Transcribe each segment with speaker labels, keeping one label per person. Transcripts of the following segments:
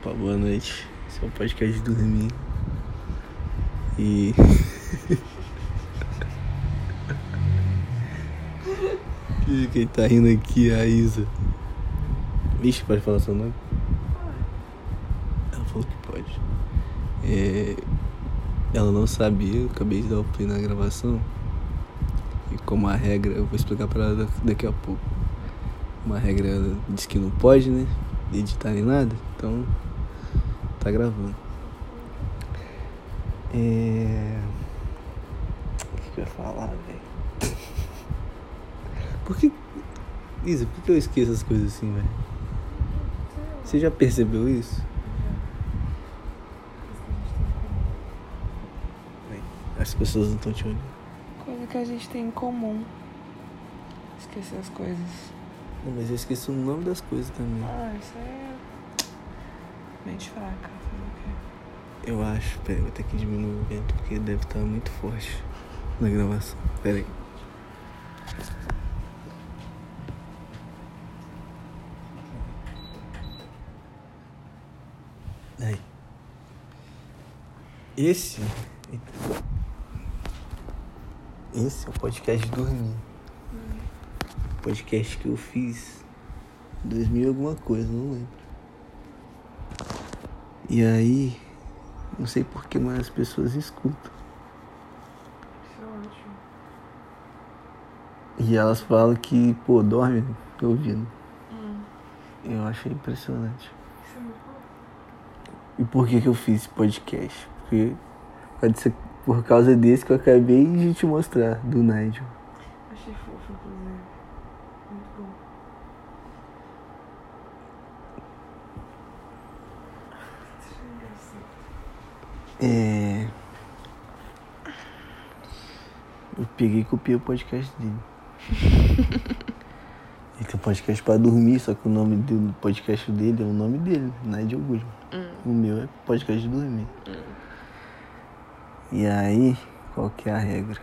Speaker 1: Opa, boa noite. Esse é o podcast do Remy. E. E Quem tá rindo aqui é a Isa. Vixe, pode falar seu nome? Ela falou que pode. É, Ela não sabia, eu acabei de dar o play na gravação. E como a regra, eu vou explicar pra ela da- daqui a pouco. Uma regra ela diz que não pode, né? Editar nem nada, então tá gravando. É. O que que eu ia falar, velho? Por que. Isa, por que eu esqueço as coisas assim, velho? Você já percebeu isso? As pessoas não estão te olhando.
Speaker 2: Coisa que a gente tem em comum. Esquecer as coisas.
Speaker 1: Não, mas eu esqueço o nome das coisas também.
Speaker 2: Ah, isso é. Mente fraca. fazer o quê?
Speaker 1: Eu acho, pera, vou ter que diminuir o vento porque deve estar muito forte na gravação. Pera aí. Aí. Esse. Eita. Esse é o podcast Dormir. Podcast que eu fiz em 2000 e alguma coisa, não lembro. E aí, não sei por que, mas as pessoas escutam.
Speaker 2: Isso é ótimo.
Speaker 1: E elas falam que, pô, dorme ouvindo.
Speaker 2: Hum.
Speaker 1: Eu achei impressionante.
Speaker 2: Isso é muito bom.
Speaker 1: E por que, que eu fiz esse podcast? Porque pode ser por causa desse que eu acabei de te mostrar, do Nigel.
Speaker 2: Achei fofo, inclusive. Muito bom. Isso é engraçado.
Speaker 1: É. Eu peguei e copiei o podcast dele. Ele tem um podcast pra dormir, só que o nome do podcast dele é o nome dele, Nigel Goodman. O meu é podcast de dormir. E aí, qual que é a regra?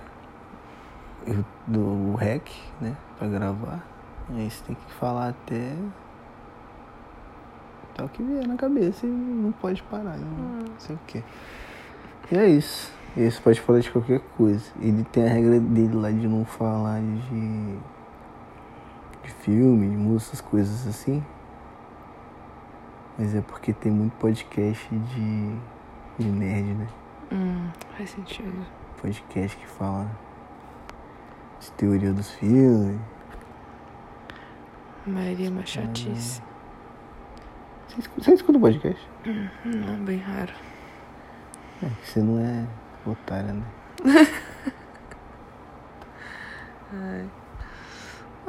Speaker 1: Eu dou o rec, né, pra gravar. E aí você tem que falar até. Até o que vier na cabeça e não pode parar. eu Não sei o quê. E é isso. E aí você pode falar de qualquer coisa. Ele tem a regra dele lá de não falar de. de filme, de música, essas coisas assim. Mas é porque tem muito podcast de, de nerd, né?
Speaker 2: Hum, faz sentido.
Speaker 1: Podcast que fala de teoria dos filmes.
Speaker 2: A maioria é uma chatice.
Speaker 1: Você escuta, você escuta podcast?
Speaker 2: Não, bem raro.
Speaker 1: É, que você não é otária, né?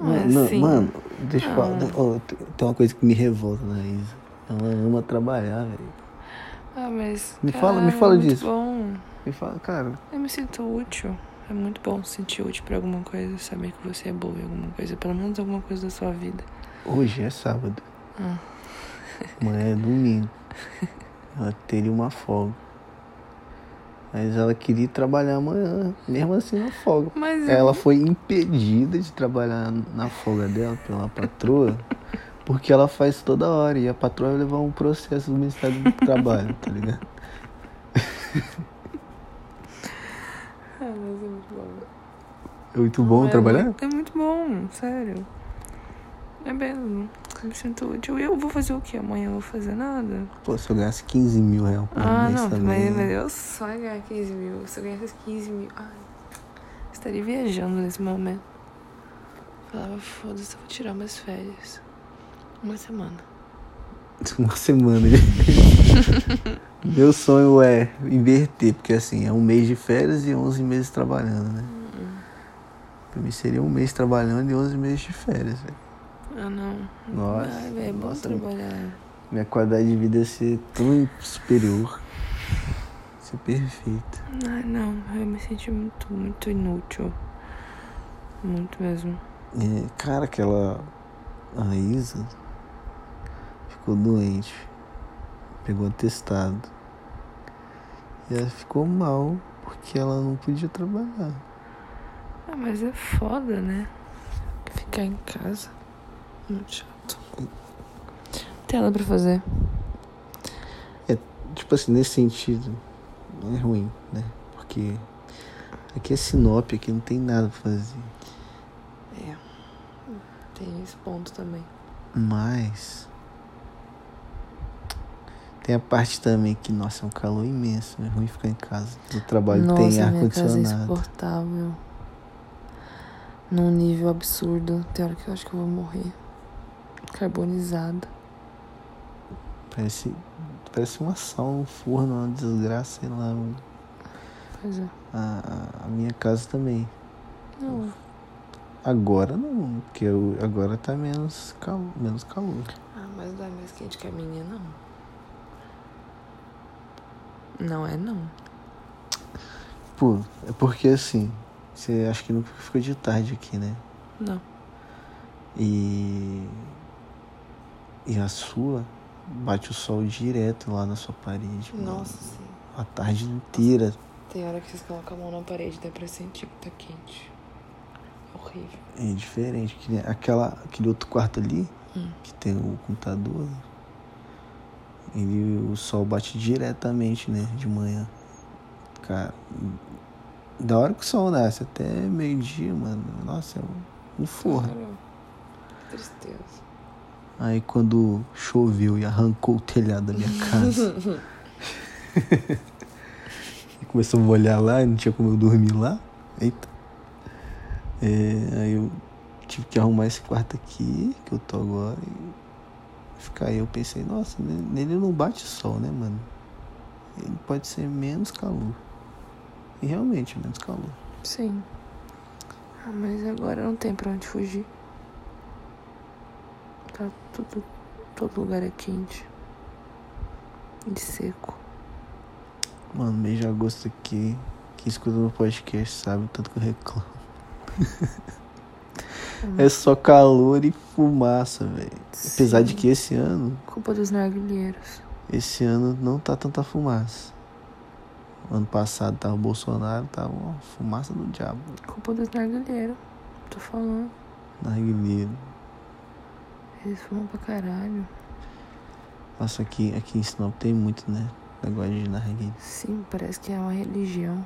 Speaker 2: Não,
Speaker 1: Mano,
Speaker 2: assim.
Speaker 1: mano, deixa eu falar. Ó, tem- tem uma coisa que me revolta na Isa. Ela ama trabalhar, velho.
Speaker 2: Ah, mas.
Speaker 1: Me fala- me
Speaker 2: caralho, é
Speaker 1: fala
Speaker 2: muito
Speaker 1: disso.
Speaker 2: Bom.
Speaker 1: Me fala, cara,
Speaker 2: Eu me sinto útil. É muito bom se sentir útil pra alguma coisa, saber que você é boa em alguma coisa, pelo menos alguma coisa da sua vida.
Speaker 1: Hoje é sábado. Amanhã é domingo. Ela teria uma folga. Mas ela queria ir trabalhar amanhã, mesmo assim na folga.
Speaker 2: Mas é- eu-
Speaker 1: Ela foi impedida de trabalhar na folga dela pela patroa, porque ela faz toda hora. E a patroa vai levar um processo do Ministério do Trabalho, tá ligado?
Speaker 2: Ah, mas é muito bom.
Speaker 1: É muito bom trabalhar?
Speaker 2: É muito bom, sério. É mesmo. Eu me sinto útil. E eu vou fazer o quê? Amanhã eu vou fazer nada?
Speaker 1: Pô, se eu ganhasse 15 mil reais por
Speaker 2: ah,
Speaker 1: mês tá
Speaker 2: não,
Speaker 1: também.
Speaker 2: mas, mas eu só ia ganhar 15 mil. Se eu ganhasse 15 mil. Ai, eu estaria viajando nesse momento. Falava, foda-se, eu vou tirar umas férias. Uma semana.
Speaker 1: Uma semana. Meu sonho é inverter, porque assim, é um mês de férias e 11 meses trabalhando, né?
Speaker 2: Hum.
Speaker 1: Pra mim seria um mês trabalhando e 11 meses de férias, velho.
Speaker 2: Ah, não.
Speaker 1: Nossa,
Speaker 2: Ai, velho, é bom
Speaker 1: nossa.
Speaker 2: trabalhar.
Speaker 1: Minha qualidade de vida ia ser tão superior. Ia ser perfeito.
Speaker 2: Ai, não, eu me senti muito, muito inútil. Muito mesmo.
Speaker 1: É, cara, aquela. A Isa ficou doente. Pegou atestado. E ela ficou mal porque ela não podia trabalhar.
Speaker 2: Ah, mas é foda, né? Ficar em casa. Muito chato. Tem nada pra fazer.
Speaker 1: tipo assim, nesse sentido, não é ruim, né? Porque aqui é Sinop, aqui não tem nada pra fazer.
Speaker 2: É. Tem esse ponto também.
Speaker 1: Mas. Tem a parte também que, nossa, é um calor imenso. É ruim ficar em casa. No trabalho
Speaker 2: Nossa,
Speaker 1: tem
Speaker 2: minha casa é
Speaker 1: ar-condicionado.
Speaker 2: insuportável. Num nível absurdo. Tem hora que eu acho que eu vou morrer. Carbonizada.
Speaker 1: Parece, parece uma sauna, um forno, uma desgraça, sei lá. um-
Speaker 2: Pois é.
Speaker 1: A, a minha casa também.
Speaker 2: Não.
Speaker 1: Agora não, porque eu- agora tá menos calor. Menos calor.
Speaker 2: Ah, mas não é mais quente que a minha, não. Não é, não.
Speaker 1: Pô, é porque assim, você acha que nunca ficou de tarde aqui, né?
Speaker 2: Não.
Speaker 1: E. E a sua bate o sol direto lá na sua parede. mano.
Speaker 2: Nossa, sim.
Speaker 1: A tarde inteira.
Speaker 2: Tem hora que vocês colocam a mão na parede, dá pra sentir que tá quente. É horrível.
Speaker 1: É diferente. Que nem aquela, aquele outro quarto ali,
Speaker 2: Hum.
Speaker 1: que tem o computador, né? ele, o sol bate diretamente, né? De manhã. Cara, da hora que o sol nasce até meio-dia, mano. Nossa, é um, um forno.
Speaker 2: Caramba. Tristeza.
Speaker 1: Aí quando choveu e arrancou o telhado da minha casa. e começou a molhar lá, e não tinha como eu dormir lá. Eita. É, aí eu tive que arrumar esse quarto aqui, que eu tô agora, e ficar aí. Eu pensei, nossa, ne- nele não bate sol, né, mano? Ele pode ser menos calor. E realmente, é menos calor.
Speaker 2: Sim. Ah, mas agora não tem pra onde fugir. Tá tudo. Todo lugar é quente. E seco.
Speaker 1: Mano, mês de agosto aqui, quem escuta meu podcast sabe o tanto que eu reclamo. é só calor e fumaça, velho. Apesar de que esse ano,
Speaker 2: Culpa dos narguilheiros.
Speaker 1: esse ano não tá tanta fumaça. Ano passado tava o Bolsonaro, tava uma fumaça do diabo.
Speaker 2: Culpa dos narguilheiros. Tô falando.
Speaker 1: Narguilheiro.
Speaker 2: Eles fumam pra caralho.
Speaker 1: Nossa, aqui, aqui em Sinop tem muito, né? Negócio de narguilha.
Speaker 2: Sim, parece que é uma religião.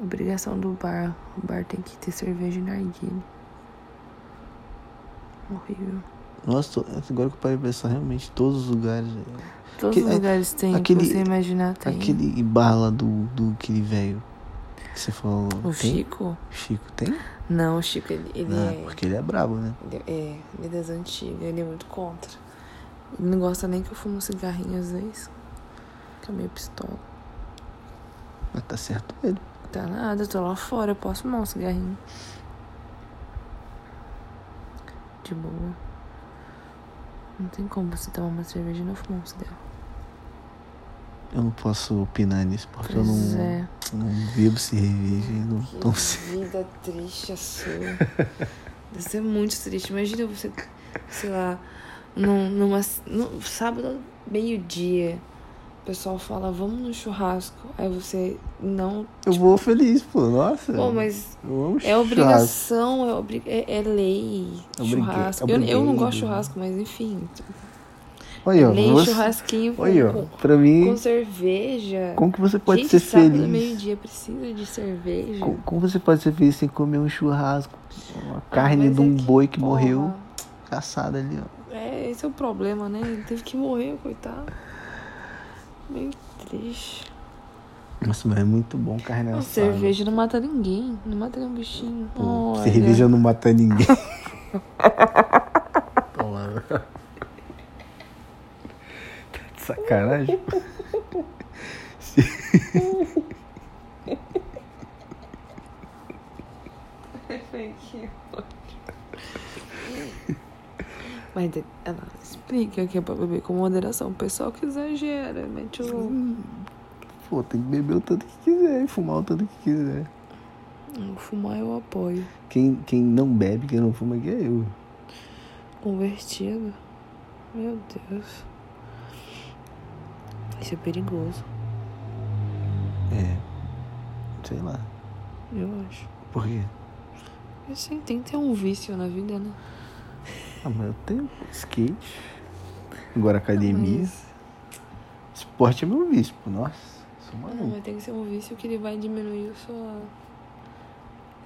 Speaker 2: Obrigação do bar. O bar tem que ter cerveja e narguilha. Horrível.
Speaker 1: Nossa, tô- agora que eu parei pra pensar, realmente, todos os lugares. velho.
Speaker 2: Todos
Speaker 1: Aque-
Speaker 2: os lugares têm,
Speaker 1: aquele-
Speaker 2: que você imaginar tem.
Speaker 1: Aquele bar lá do, do aquele velho que você falou.
Speaker 2: O
Speaker 1: tem?
Speaker 2: Chico?
Speaker 1: Chico, tem?
Speaker 2: Não, o Chico, ele, ele
Speaker 1: Ah,
Speaker 2: é...
Speaker 1: porque ele é brabo, né?
Speaker 2: Ele é, ele é das antigas, ele é muito contra. Ele não gosta nem que eu fumo um cigarrinho às vezes. Fica meio pistola.
Speaker 1: Mas tá certo ele.
Speaker 2: Tá nada, eu tô lá fora, eu posso fumar um cigarrinho. De boa. Não tem como você tomar uma cerveja e não fumar um cigarro.
Speaker 1: Eu não posso opinar nisso porque eu
Speaker 2: Pois
Speaker 1: não,
Speaker 2: é.
Speaker 1: não bebo cerveja, eu não tomo cerveja.
Speaker 2: vida triste a sua. Deve ser muito triste. Imagina você, sei lá, num, numa, num sábado, meio-dia, o pessoal fala, vamos no churrasco. Aí você não.
Speaker 1: Eu vou feliz, pô, nossa.
Speaker 2: Pô, mas
Speaker 1: eu amo
Speaker 2: é
Speaker 1: churrasco.
Speaker 2: obrigação, é, obri é, é lei.
Speaker 1: É obrigue-
Speaker 2: Churrasco. Eu, eu não gosto de
Speaker 1: obrigado.
Speaker 2: churrasco, mas enfim.
Speaker 1: Olha, ó,
Speaker 2: lei,
Speaker 1: você-
Speaker 2: churrasquinho com,
Speaker 1: Olha, ó,
Speaker 2: com,
Speaker 1: pra mim,
Speaker 2: com cerveja.
Speaker 1: como é que você pode
Speaker 2: Gente,
Speaker 1: ser
Speaker 2: sábado, é
Speaker 1: feliz?
Speaker 2: meio-dia, precisa de cerveja.
Speaker 1: Co- Como você pode ser feliz sem comer um churrasco? Uma carne
Speaker 2: mas
Speaker 1: de um
Speaker 2: é que,
Speaker 1: boi que
Speaker 2: porra.
Speaker 1: morreu caçada ali, ó.
Speaker 2: É, esse é o problema, né? Ele teve que morrer, coitado. Meio triste.
Speaker 1: Nossa, mas é muito bom carne
Speaker 2: Não,
Speaker 1: assada.
Speaker 2: cerveja não mata ninguém. Não mata nenhum bichinho.
Speaker 1: Pô,
Speaker 2: Olha.
Speaker 1: Tipo, Hum, cerveja não mata ninguém. Toma, velho. Tá de sacanagem?
Speaker 2: Mas de- ela explica que é pra beber com moderação. O pessoal que exagera, mete o.
Speaker 1: Pô, tem que beber o tanto que quiser e fumar o tanto que quiser.
Speaker 2: Hum, Fumar eu apoio.
Speaker 1: Quem, quem não bebe, quem não fuma aqui é eu.
Speaker 2: Convertido. Meu Deus. Isso é perigoso,
Speaker 1: É. Sei lá.
Speaker 2: eu acho.
Speaker 1: Por quê?
Speaker 2: Assim, tem que ter um vício na vida, né?
Speaker 1: Ah, mas eu tenho skate. Agora academia.
Speaker 2: Mas
Speaker 1: esporte é meu vício, pô. Nossa, sou
Speaker 2: Não,
Speaker 1: maluco.
Speaker 2: mas tem que ser um vício que ele vai diminuir a sua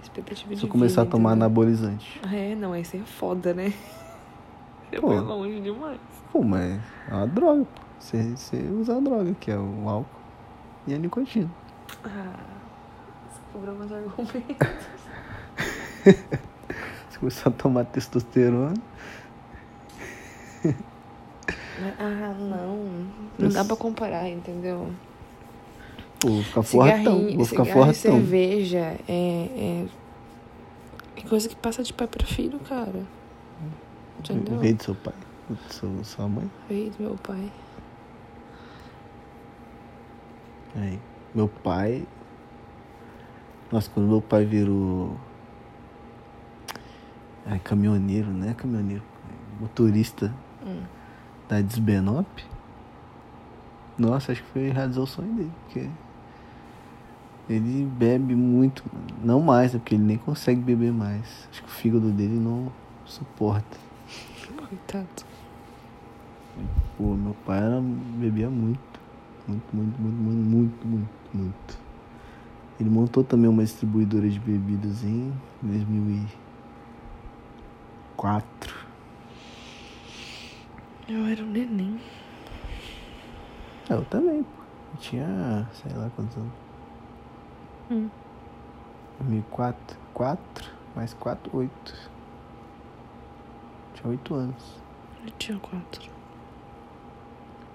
Speaker 2: expectativa de
Speaker 1: Se eu começar a
Speaker 2: vida,
Speaker 1: tomar
Speaker 2: entendeu?
Speaker 1: anabolizante.
Speaker 2: É, não, aí você é foda, né? Eu
Speaker 1: Pô.
Speaker 2: vou longe demais.
Speaker 1: Pô, mas é uma droga, pô. Você, você usa a droga, que é o álcool e a nicotina.
Speaker 2: Ah, tá você cobrou meus argumentos.
Speaker 1: Se começar a tomar testosterona,
Speaker 2: Ah, não. Não dá pra comparar, entendeu?
Speaker 1: pô, vou ficar fortão.
Speaker 2: Cigarrinho,
Speaker 1: Vou ficar
Speaker 2: cigarro e
Speaker 1: fortão.
Speaker 2: cerveja é, é... é coisa que passa de pai pra filho, cara. Entendeu?
Speaker 1: Veio do seu pai, do seu, sua mãe.
Speaker 2: Veio do meu pai.
Speaker 1: Aí, meu pai. Nossa, quando meu pai virou. Ai, caminhoneiro, né? Caminhoneiro. Motorista
Speaker 2: Hum.
Speaker 1: da Desbenop. Nossa, acho que foi realizar o sonho dele, porque. Ele bebe muito, mano. não mais, né? Porque ele nem consegue beber mais. Acho que o fígado dele não suporta.
Speaker 2: Coitado.
Speaker 1: Pô, meu pai era, bebia muito. Muito, muito, muito, muito, muito, muito, muito. Ele montou também uma distribuidora de bebidas em 2004.
Speaker 2: Eu era um neném.
Speaker 1: Ah, Eu também, pô. Eu tinha, sei lá quantos anos.
Speaker 2: Hum.
Speaker 1: 2004. 4 mais 4, 8. Tinha 8 anos.
Speaker 2: Eu tinha quatro.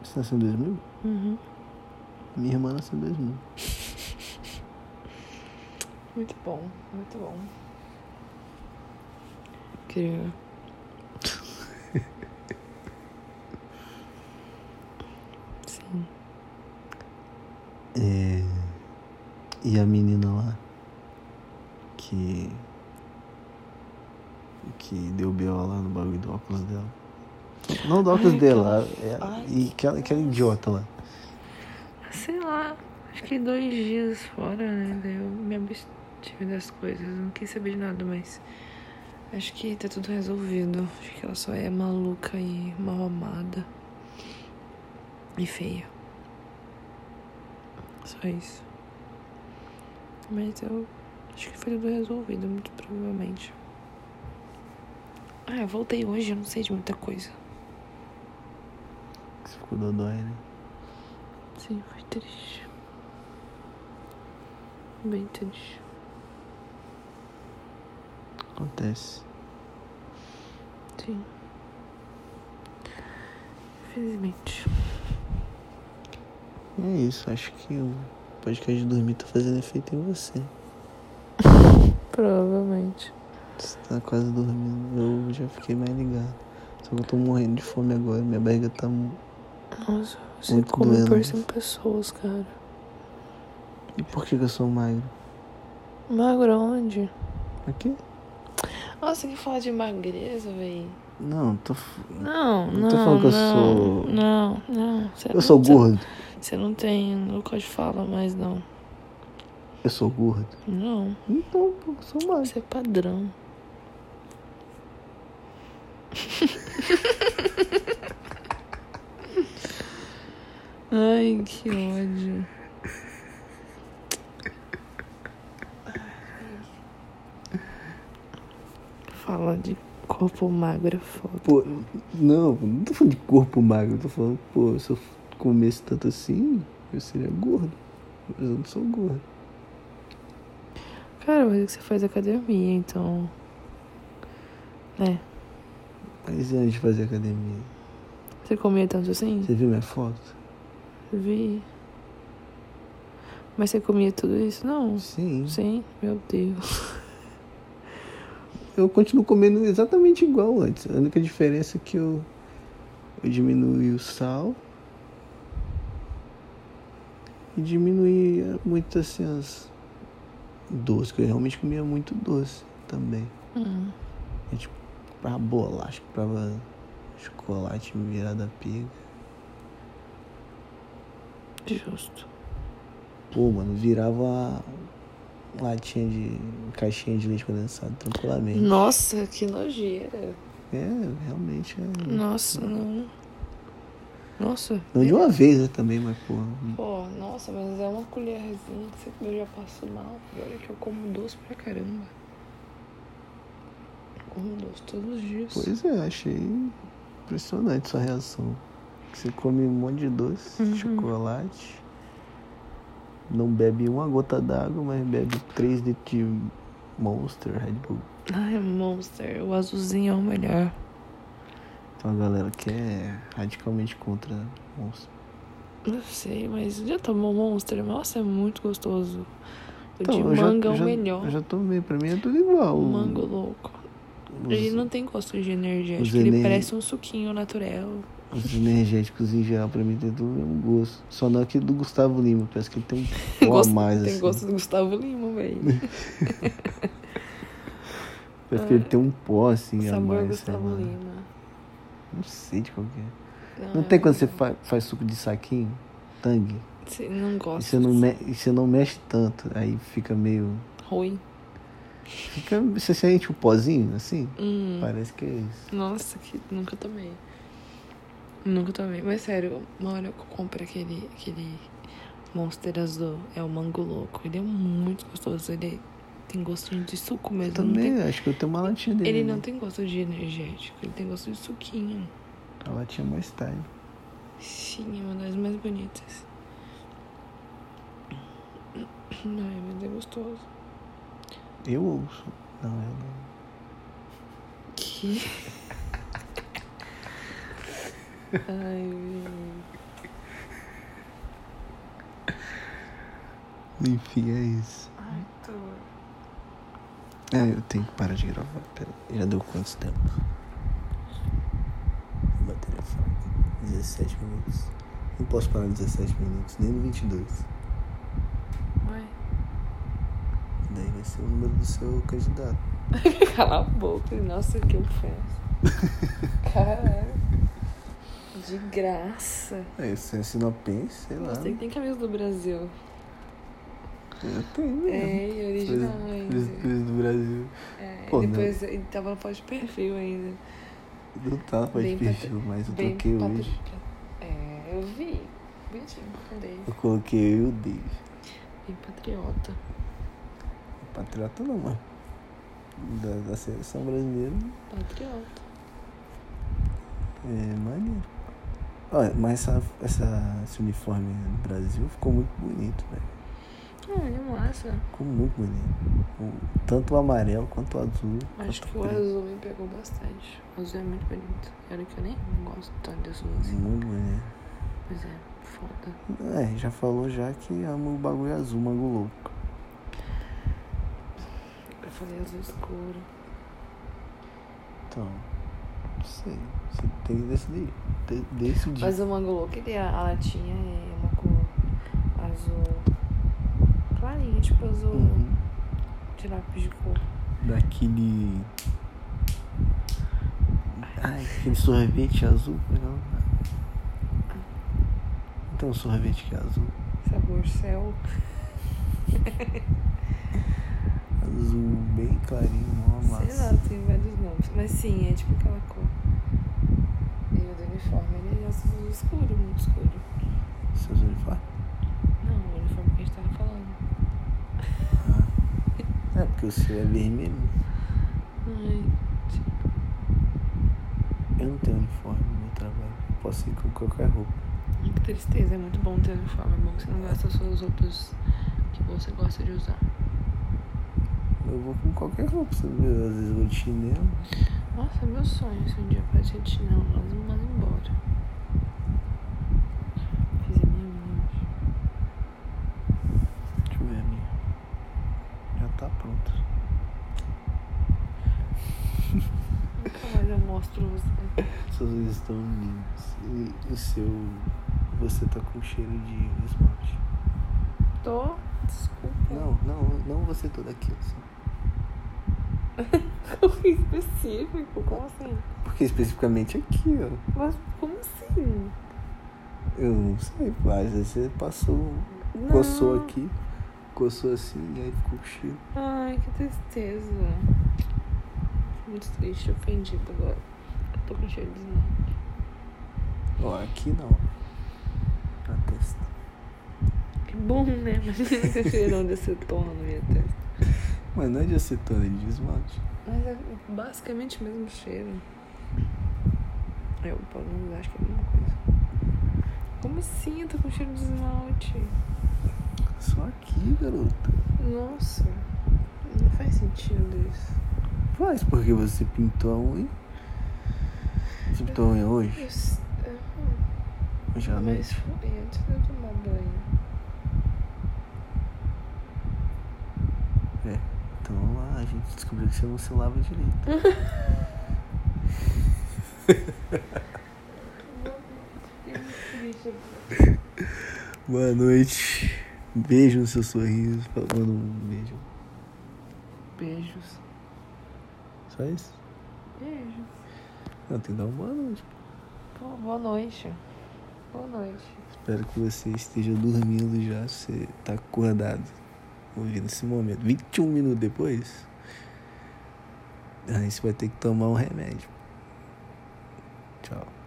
Speaker 1: Você nasceu em 2000?
Speaker 2: Uhum.
Speaker 1: Minha irmã nasceu em 2000.
Speaker 2: Muito bom, muito bom. Incrível. Sim.
Speaker 1: É... E a menina lá que. Que deu B.O. lá no bagulho do óculos dela. Não do óculos
Speaker 2: Ai,
Speaker 1: dela,
Speaker 2: aquela-
Speaker 1: é-
Speaker 2: ai,
Speaker 1: e aquela, aquela idiota lá.
Speaker 2: Sei lá, fiquei dois dias fora, né? Daí eu me abstive das coisas, não quis saber de nada, mas acho que tá tudo resolvido. Acho que ela só é maluca e mal amada. E feia. Só isso. Mas eu acho que foi tudo resolvido, muito provavelmente. Ah, eu voltei hoje, eu não sei de muita coisa.
Speaker 1: Que você ficou dodói, né?
Speaker 2: Sim, foi triste. Bem triste.
Speaker 1: Acontece.
Speaker 2: Sim. Infelizmente.
Speaker 1: E é isso, acho que o podcast de dormir tá fazendo efeito em você.
Speaker 2: Provavelmente.
Speaker 1: Você tá quase dormindo, eu já fiquei mais ligado. Só que eu tô morrendo de fome agora, minha barriga tá. mu-
Speaker 2: Nossa, eu
Speaker 1: Muito
Speaker 2: sempre comi
Speaker 1: doendo. né?
Speaker 2: por 100 pessoas, cara.
Speaker 1: E por que, que eu sou magro?
Speaker 2: Magro onde?
Speaker 1: Aqui?
Speaker 2: Nossa, que fala de magreza, véi.
Speaker 1: Não, tô. f-
Speaker 2: Não, não.
Speaker 1: Não tô falando que eu
Speaker 2: não,
Speaker 1: sou-
Speaker 2: Não, não. Você
Speaker 1: Eu sou gordo.
Speaker 2: Você não tem local de fala mais, não.
Speaker 1: Eu sou gordo?
Speaker 2: Não.
Speaker 1: Então, pô, sou mais.
Speaker 2: Você é padrão. Ai, que ódio. Fala de corpo magro é foda.
Speaker 1: Pô, não, não tô falando de corpo magro, eu tô falando, pô, se eu comesse tanto assim, eu seria gordo. Mas eu não sou gordo.
Speaker 2: Cara, mas é que você faz academia, então. Né?
Speaker 1: Mas e antes de fazer academia?
Speaker 2: Você comia tanto assim?
Speaker 1: Você viu minha foto?
Speaker 2: Vi. Mas você comia tudo isso?
Speaker 1: Hum.
Speaker 2: Não.
Speaker 1: Sim.
Speaker 2: Sim, meu Deus.
Speaker 1: Eu continuo comendo exatamente igual antes. A única diferença é que eu, eu diminui o sal. E diminui muito assim as doces, que eu realmente comia muito doce também.
Speaker 2: Hum.
Speaker 1: Eu, tipo, comprava bolacha, comprava chocolate virada pega.
Speaker 2: Justo.
Speaker 1: Pô, mano, virava latinha de. caixinha de leite condensado
Speaker 2: Hum.
Speaker 1: tranquilamente.
Speaker 2: Nossa, que nojeira.
Speaker 1: É, realmente é.
Speaker 2: Nossa, não. Nossa.
Speaker 1: Não de uma vez, né, também, mas porra.
Speaker 2: Pô, nossa, mas é uma colherzinha que você comeu, eu já passo mal. E olha que eu como doce pra caramba. Como doce todos os dias.
Speaker 1: Pois é, achei impressionante sua reação. Você come um monte de doce,
Speaker 2: Uhum.
Speaker 1: chocolate. Não bebe uma gota d'água, mas bebe três litros de Monster Red Bull.
Speaker 2: Ai, Monster, o azulzinho é o melhor.
Speaker 1: Então a galera que é radicalmente contra Monster.
Speaker 2: Não sei, mas já tomou Monster? Nossa, é muito gostoso. O
Speaker 1: Então,
Speaker 2: de
Speaker 1: eu já-
Speaker 2: manga é
Speaker 1: eu
Speaker 2: o
Speaker 1: já-
Speaker 2: melhor.
Speaker 1: Eu já tomei, pra mim é tudo igual.
Speaker 2: O mango louco.
Speaker 1: Os-
Speaker 2: Ele não tem gosto de
Speaker 1: os
Speaker 2: energético, ele
Speaker 1: ener-
Speaker 2: parece um suquinho natural.
Speaker 1: Os energéticos em geral, pra mim, tem tudo o mesmo gosto. Só não é aquele do Gustavo Lima, parece que ele tem um pó a
Speaker 2: Gosto-
Speaker 1: mais,
Speaker 2: tem
Speaker 1: assim.
Speaker 2: gosto do Gustavo Lima, velho.
Speaker 1: Parece que ele tem um pó, assim, a
Speaker 2: É. Sabor
Speaker 1: mais.
Speaker 2: Gustavo
Speaker 1: sei lá.
Speaker 2: Lima.
Speaker 1: Não sei de qual que é. Não
Speaker 2: é
Speaker 1: tem quando você
Speaker 2: muito-
Speaker 1: fa- faz suco de saquinho? Tangue.
Speaker 2: Você não
Speaker 1: E
Speaker 2: gosta.
Speaker 1: você, não me- e você não mexe tanto, aí fica meio...
Speaker 2: Ruim.
Speaker 1: Fica... Você sente o pozinho, assim?
Speaker 2: Hum.
Speaker 1: Parece que é isso.
Speaker 2: Nossa, que nunca tomei. Nunca tomei. Mas sério, uma hora eu compro aquele, aquele Monster Azul. É o Mango Louco. Ele é muito gostoso. Ele tem gostinho de suco
Speaker 1: Eu
Speaker 2: mesmo. não
Speaker 1: também,
Speaker 2: tem-
Speaker 1: acho que eu tenho uma latinha dele.
Speaker 2: Ele
Speaker 1: né?
Speaker 2: não tem gosto de energético. Ele tem gosto de suquinho.
Speaker 1: A latinha é mais tarde.
Speaker 2: Sim, é uma das mais bonitas. Ai, mas é gostoso.
Speaker 1: Eu ouço. Não, eu não.
Speaker 2: Que... Ai, meu...
Speaker 1: Enfim, é isso.
Speaker 2: Ai, tô...
Speaker 1: Ah, eu tenho que parar de gravar. Pera. Já deu quanto tempo? Vou bater a foto. 17 minutos. Não posso parar em 17 minutos, nem no 22.
Speaker 2: Ué.
Speaker 1: Daí vai ser o número do seu candidato.
Speaker 2: Cala a boca, nossa, que ofensa. Caralho. De graça.
Speaker 1: É, se é sinopens, sei lá.
Speaker 2: Nossa, ele tem camisa do Brasil.
Speaker 1: Eu tenho né? mesmo.
Speaker 2: É, e original
Speaker 1: Coisa-
Speaker 2: ainda.
Speaker 1: coisa do Brasil.
Speaker 2: É,
Speaker 1: Pô, né?
Speaker 2: depois ele tava no foto de perfil ainda.
Speaker 1: Não tá pra
Speaker 2: Bem patri-
Speaker 1: perfil, mas eu
Speaker 2: Bem
Speaker 1: troquei
Speaker 2: patri-
Speaker 1: hoje.
Speaker 2: pra- É, eu vi. Bonitinho, cadê?
Speaker 1: Eu coloquei eu e o Dave.
Speaker 2: Bem patriota.
Speaker 1: Patriota não, mano. Da, da seleção brasileira.
Speaker 2: Patriota.
Speaker 1: É maneiro. Olha, mas essa, essa- esse uniforme do Brasil ficou muito bonito, velho.
Speaker 2: Ah, ele é massa.
Speaker 1: Ficou muito bonito. O- tanto o amarelo quanto o azul.
Speaker 2: Acho
Speaker 1: quanto
Speaker 2: que o azul me pegou bastante. O azul é muito bonito. Era que eu nem gosto tanto de azul assim.
Speaker 1: Muito bonito.
Speaker 2: Mas é, foda.
Speaker 1: É, já falou já que ama o bagulho é azul, mango louco.
Speaker 2: Eu falei azul escuro.
Speaker 1: Então, não sei. Você tem que decidir. De, decidir.
Speaker 2: Mas o mango louco, ele, a a latinha é uma cor azul clarinha, tipo azul
Speaker 1: Uhum.
Speaker 2: de lápis de cor.
Speaker 1: Daquele. Ai, aquele sorvete azul. é Não. Tem um sorvete que é azul.
Speaker 2: Sabor céu.
Speaker 1: Azul bem clarinho, mó
Speaker 2: Sei lá,
Speaker 1: massa.
Speaker 2: tem vários nomes. Mas sim, é tipo aquela cor. E o do uniforme, ele é azul escuro, muito escuro.
Speaker 1: Seus uniformes?
Speaker 2: Não, o uniforme que a gente tava falando.
Speaker 1: É, porque o seu é vermelho.
Speaker 2: Ai,
Speaker 1: Eu não tenho uniforme no meu trabalho. Eu Posso ir com qualquer roupa.
Speaker 2: que tristeza. É muito bom ter uniforme. É bom que você não gasta suas roupas que você gosta de usar.
Speaker 1: Eu vou com qualquer roupa, você viu? Às vezes eu vou de chinelo.
Speaker 2: Nossa, meu sonho se um dia partir de chinelo, nós vamos mandar embora. Fiz a minha mãe.
Speaker 1: Deixa eu ver a minha. Já tá pronta.
Speaker 2: Nunca mais eu mostro você.
Speaker 1: Seus olhos estão lindos. E o seu. Você tá com cheiro de esmalte.
Speaker 2: Tô. Desculpa.
Speaker 1: Não, não, não você todo aqui, assim.
Speaker 2: Como específico? Como assim?
Speaker 1: Porque especificamente aqui, ó.
Speaker 2: Mas como assim?
Speaker 1: Eu não sei, pô. Às vezes você passou. Coçou aqui. Coçou assim e aí ficou com cheiro.
Speaker 2: Ai, que tristeza. Muito triste, ofendido agora. Eu tô com cheiro de esmalte.
Speaker 1: Ó, aqui não. Na testa.
Speaker 2: Que bom, né? Imagina se eu cheirão de acetona na minha testa.
Speaker 1: Mas não é de acetona, é de esmalte.
Speaker 2: Mas é basicamente o mesmo cheiro. Eu, pelo menos, acho que é a mesma coisa. Como assim? Eu tô com cheiro de esmalte.
Speaker 1: Só aqui, garota.
Speaker 2: Nossa, não faz sentido isso.
Speaker 1: Faz porque você pintou a unha. Você pintou a unha hoje? né?
Speaker 2: Eu s- ah,
Speaker 1: Hoje à
Speaker 2: mas
Speaker 1: noite?
Speaker 2: foi antes de eu tomar banho.
Speaker 1: Então vamos lá, a gente descobriu que você não se lava direito.
Speaker 2: Fiquei muito triste.
Speaker 1: Boa noite. Beijo no seu sorriso. Fala- Manda um beijo.
Speaker 2: Beijos.
Speaker 1: Só isso?
Speaker 2: Beijo.
Speaker 1: Não, tem que dar um boa noite.
Speaker 2: Pô, boa noite. Boa noite.
Speaker 1: Espero que você esteja dormindo já. se Você tá acordado. Ouvindo esse momento. 21 minutos depois. Aí você vai ter que tomar um remédio. Tchau.